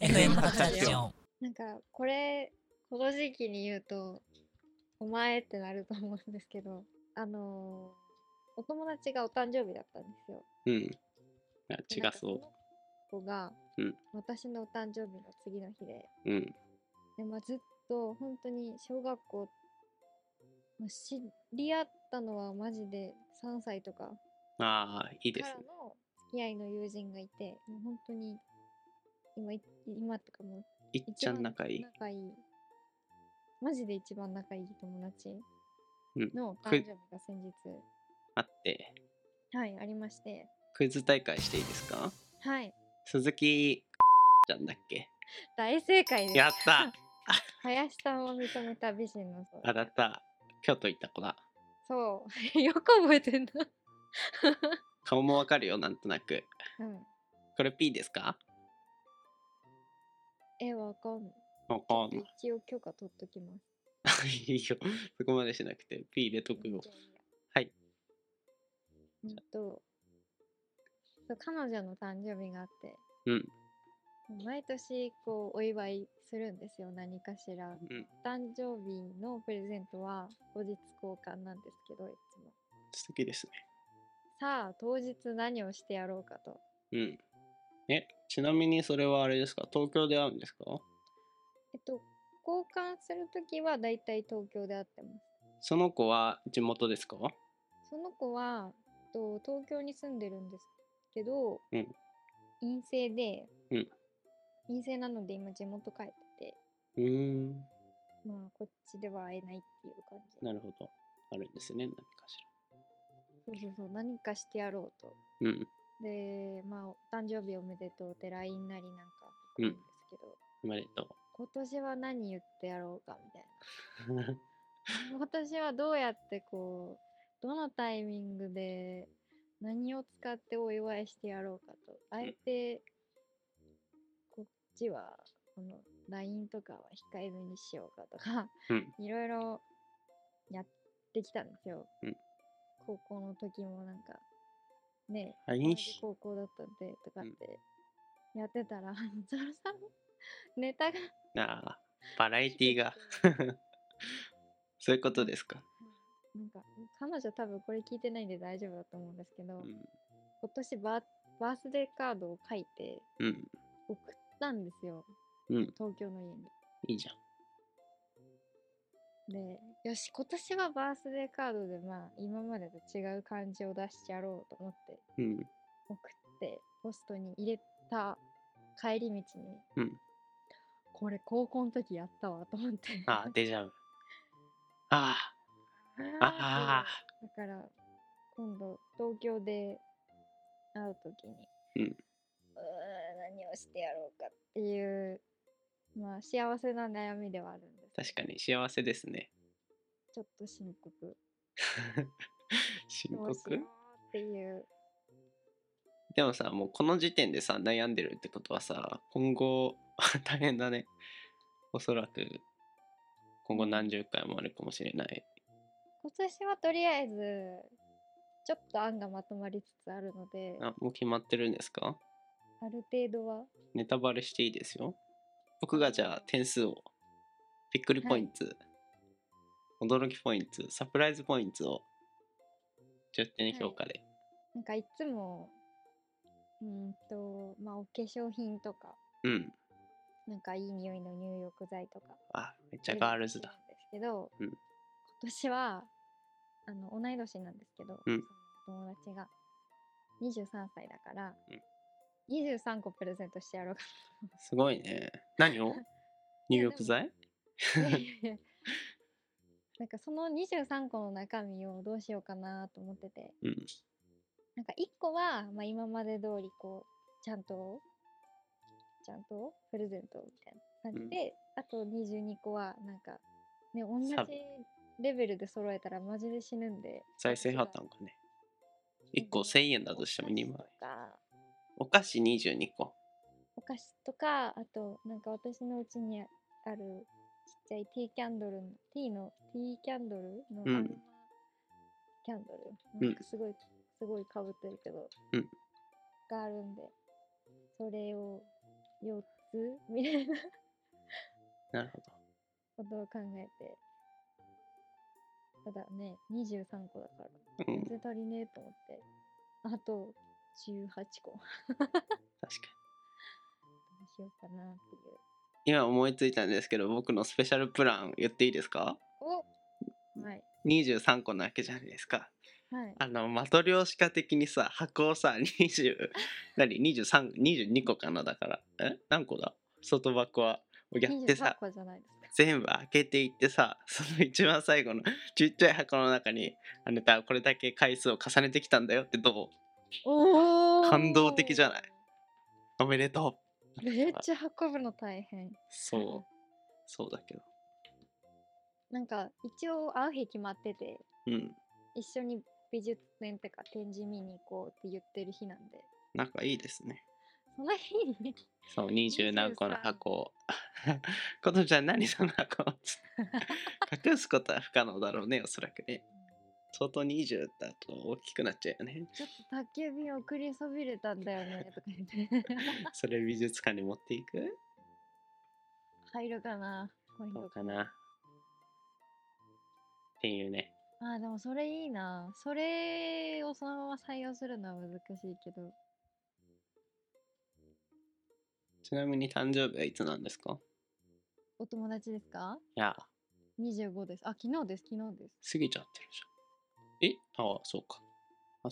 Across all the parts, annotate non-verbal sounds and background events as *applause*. の円の形だよ。なんかこれこの時期に言うと「お前」ってなると思うんですけどあのーお友達がお誕生日だったんですよ。うん。あで違なんかその子が、うん私のお誕生日の次の日でう。うん。で、まあ、ずっと本当に小学校まあ知り合ったのはマジで3歳とかああ、いいでかすらね。の付き合いの友人がいてもう本当に今い今とかもういっちゃん仲いい。仲いいマジで一番仲いい友達うんのこ誕れ生日が先日、あって、はいありましてクイズ大会していいですかはい鈴木ちゃんだっけ大正解ですやった林さんを認めた美人のあ、だった。京都行った子だ。そう *laughs* よく覚えてんな、顔もわかるよ、なんとなく。うん、これ P ですかえわかんないわかんない。 *laughs* 一応許可取っときますいいよ。そこまでしなくて。P 入れとくよじゃ。あいいやはい。うんとそう彼女の誕生日があってうん。毎年こうお祝いするんですよ何かしらうん。誕生日のプレゼントは後日交換なんですけどいつも素敵ですさあ当日何をしてやろうかとね。うん。え、ちなみにそれはあれですか東京で会うんですかえっと交換する時はだいたい東京で会ってますその子は地元ですかその子は、えっと、東京に住んでるんですけど、うん陰性で、うん陰性なので今地元帰っててうーん。まあこっちでは会えないっていう感じなるほど。あるんですね、何かしそうそうそう何かしてやろうとら。うん。でまあお誕生日おめでとうって LINE なりなんか送うんるんですけど、おめでと。今年は何言ってやろうかみたいうな今年はどうやってこうどのタイミングで何を使ってお祝いしてやろうかとあえてこっちはこの LINE とかは控えめにしようかとかうん。いろいろやってきたんですよ、うん高校の時もなんかねはい同じ高校だったんでとかっうんてやってたら、ゾロさんのネタがなあ、バラエティーが。 *laughs* そういうことですか。なんか彼女多分これ聞いてないんで大丈夫だと思うんですけど、うん。今年バーバースデーカードを書いてうん。送ったんですようん。東京の家に。いいじゃん。でよし今年はバースデーカードでまあ今までと違う感じを出してやろうと思ってうん。送ってポストに入れた帰り道に、うんこれ高校の時やったわと思ってああ、デジャブ。ああ、ああ、だから今度東京で会う時に、うんー何をしてやろうかっていうまあ幸せな悩みではあるんですけど確かに幸せですね。ちょっと深刻深どうしよう刻っていうでもさ、もうこの時点でさ、悩んでるってことはさ、今後 *laughs* 大変だね。おそらく、今後何十回もあるかもしれない。今年はとりあえずちょっと案がまとまりつつあるのでああ、もう決まってるんですかる程度はネタバレしていいですよ。僕がじゃあ点数を、びっくりポイント、驚きポイント、サプライズポイントを10点評価で。なんかいつもうーんとまあお化粧品とかうん。なんかいい匂いの入浴剤とかあ、めっちゃガールズだ。出るの好きうなんんですけど、今年はあの同い年なんですけど、うんその友達が23歳だから、うん23個プレゼントしてやろうかすごいね。何 *laughs* を入浴剤なっていう *laughs* *laughs* なんかその23個の中身をどうしようかなと思っててうん。なんか1個は、まあ、今まで通りこうちゃんとちゃんとプレゼントみたいな感じで、あと22個はなんかね同じサブレベルで揃えたらマジで死ぬんで財政破綻かね。1個1000円だとしても2枚と。かお菓子22個。お菓子とかあとなんか私のうちにあるちっちゃいティーキャンドルのティーのティーキャンドルのうんアロマキャンドル、なんかすごいすごいかぶってるけど、うんがあるんでそれを4つみたいななるほど。ことを考えて。ただね、23個だから、うん、全然足りねえと思って。あと18個。ど確かに。うしようかなっていう。今思いついたんですけど、僕のスペシャルプラン言っていいですかおはい。 ?23 個なわけじゃないですか。はい。あの、マトリョーシカ的にさ、箱をさ、20、何 ?23、22個かなだから。え何個だ外箱は。やって23さ、個じゃないです全部開けていってさ、その一番最後のちっちゃい箱の中に、あなたはこれだけ回数を重ねてきたんだよってどか。おー感動的じゃないおおめでとうめっちゃ運ぶの大変。そう。そうだけど。なんか一応会う日決まっててうん。一緒に美術展とか展示見に行こうって言ってる日なんで仲いいですね。その日 *laughs* にそう、二十何個の23箱を。 *laughs* ことちゃん、何その箱を隠すことは不可能だろうね、おそらくね。相当20だと大きくなっちゃうよね。ちょっと宅急便送りそびれたんだよ *laughs* ねとか言ってそれ美術館に持っていく入るかなポインどうトかな。っていうね。あーでもそれいいなそれをそのまま採用するのは難しいけどちなみに誕生日はいつなんですかお友達ですかいや、 25ですあ昨日です昨日で過ぎちゃってるじゃん。えああ、そうか。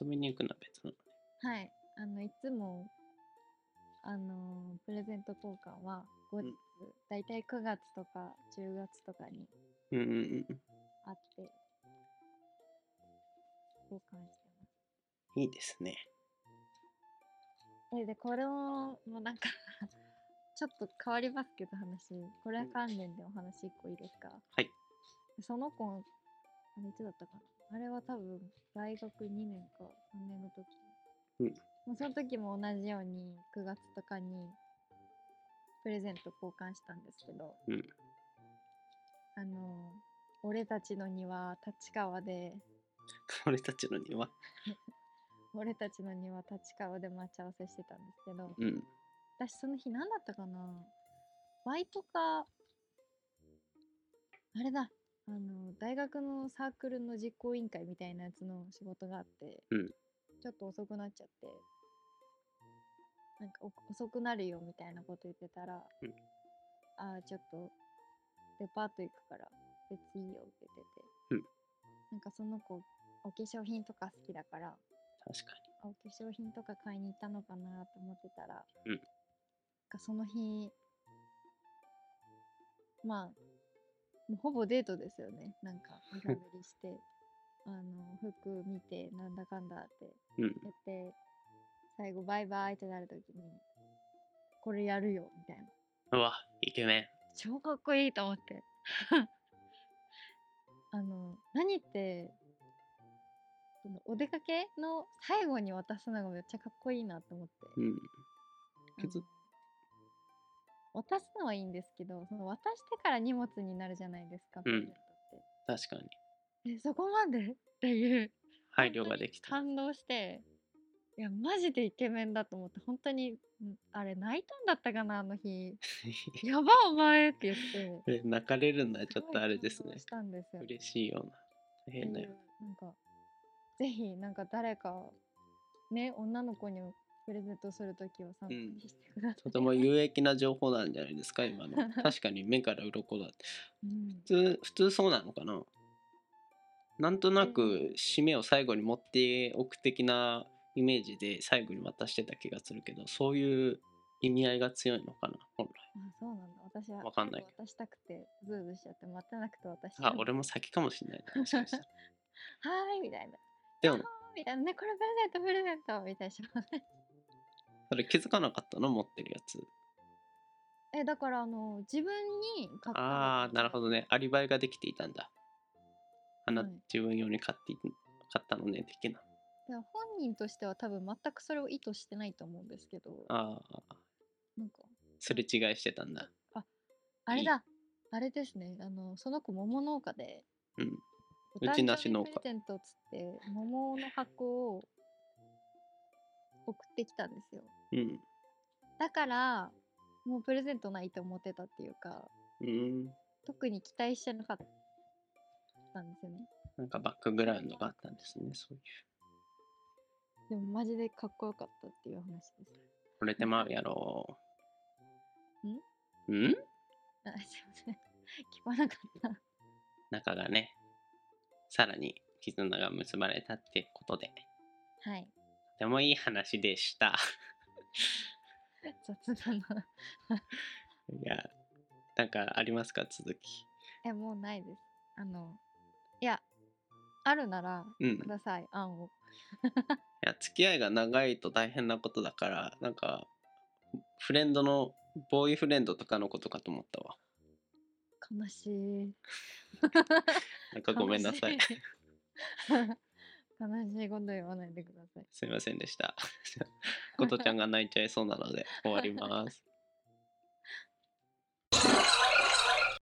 遊びに行くのは別なの。すはいあのいつもあのープレゼント交換は後日、うんだいたい9月とか10月とかにうんうんうんあって交換してまうん。いいですね。す。えでこれももうなんか *laughs* ちょっと変わりますけど話これ関連でお話一個いいですかはいその子あれいつだったかなあれは多分大学2年か3年の時、うんもうその時も同じように9月とかにプレゼント交換したんですけど、うんあの俺たちの庭立川で俺たちの庭。俺たちの庭立川で待ち合わせしてたんですけどうん。私その日何だったかなバイトかあれだあの大学のサークルの実行委員会みたいなやつの仕事があって、うんちょっと遅くなっちゃってなんかお遅くなるよみたいなこと言ってたら、うんああちょっとデパート行くから別にいいよって言ってて、うんなんかその子お化粧品とか好きだから、確かに。お化粧品とか買いに行ったのかなと思ってたら、うんなんかその日まあもうほぼデートですよねなんか無茶ぶりして *laughs* あの服見てなんだかんだってうん。やって最後バイバイってなるときにこれやるよみたいなうわ、イケメン。超かっこいいと思って *laughs* あの何ってそのお出かけの最後に渡すのがめっちゃかっこいいなと思って、うん。あけどの渡すのはいいんですけどその渡してから荷物になるじゃないですか、プレゼントっ確かに。てえそこまでっていう配慮ができた。本当に感動していやマジでイケメンだと思って本当にんあれ泣いたんだったかなあの日やばお前って言って *laughs* え泣かれるのは *laughs* ちょっごいとあれです感ね動し。たんですよ嬉しいような。大変だよ。なんかぜひなんか誰かね女の子にプレゼントするときは参考にしてください。とても有益な情報なんじゃないですか、今の。確かに目から鱗だって。うん普通、普通そうなのかななんとなく、締めを最後に持っておく的なイメージで最後に渡してた気がするけど、そういう意味合いが強いのかな、本あそうなんだ私はわかんない早く渡したくてズーズーしちゃって待たなくて渡しちゃ来。う *laughs* あ、俺も先かもしれないな。もしかしたらはーいみたいなでも、みたいなねこれプレゼントプレゼントみたいなしますねそれ気づかなかったの持ってるやつ。えだからあの自分に買ったああ、なるほどどね。アリバイができていたんだ。あの、はい自分用に買ってい買ったのね、的な。本人としては多分全くそれを意図してないと思うんですけどああ、なんかすれ違いしてたんだ。あれいいだあれですねあのその子桃農家でうん。おうちな誕し生農日家プレゼントっつって桃の箱を送ってきたんですようん。だからもうプレゼントないと思ってたっていうかうん特に期待してなかったんですよねなんかバックグラウンドがあったんですねそういうでもマジでかっこよかったっていう話です惚れてまうやろんうんあすいません聞こえなかった仲がねさらに絆が結ばれたってことではいとてもいい話でした雑だないやなんかありますか続きえもうないですあのいやあるならうんください、案をいや付き合いが長いと大変なことだからなんかフレンドのボーイフレンドとかのことかと思ったわ悲しいなんかごめんなさい悲し悲しいこと言わないでください *laughs* すいませんでしたことちゃんが泣いちゃいそうなので終わります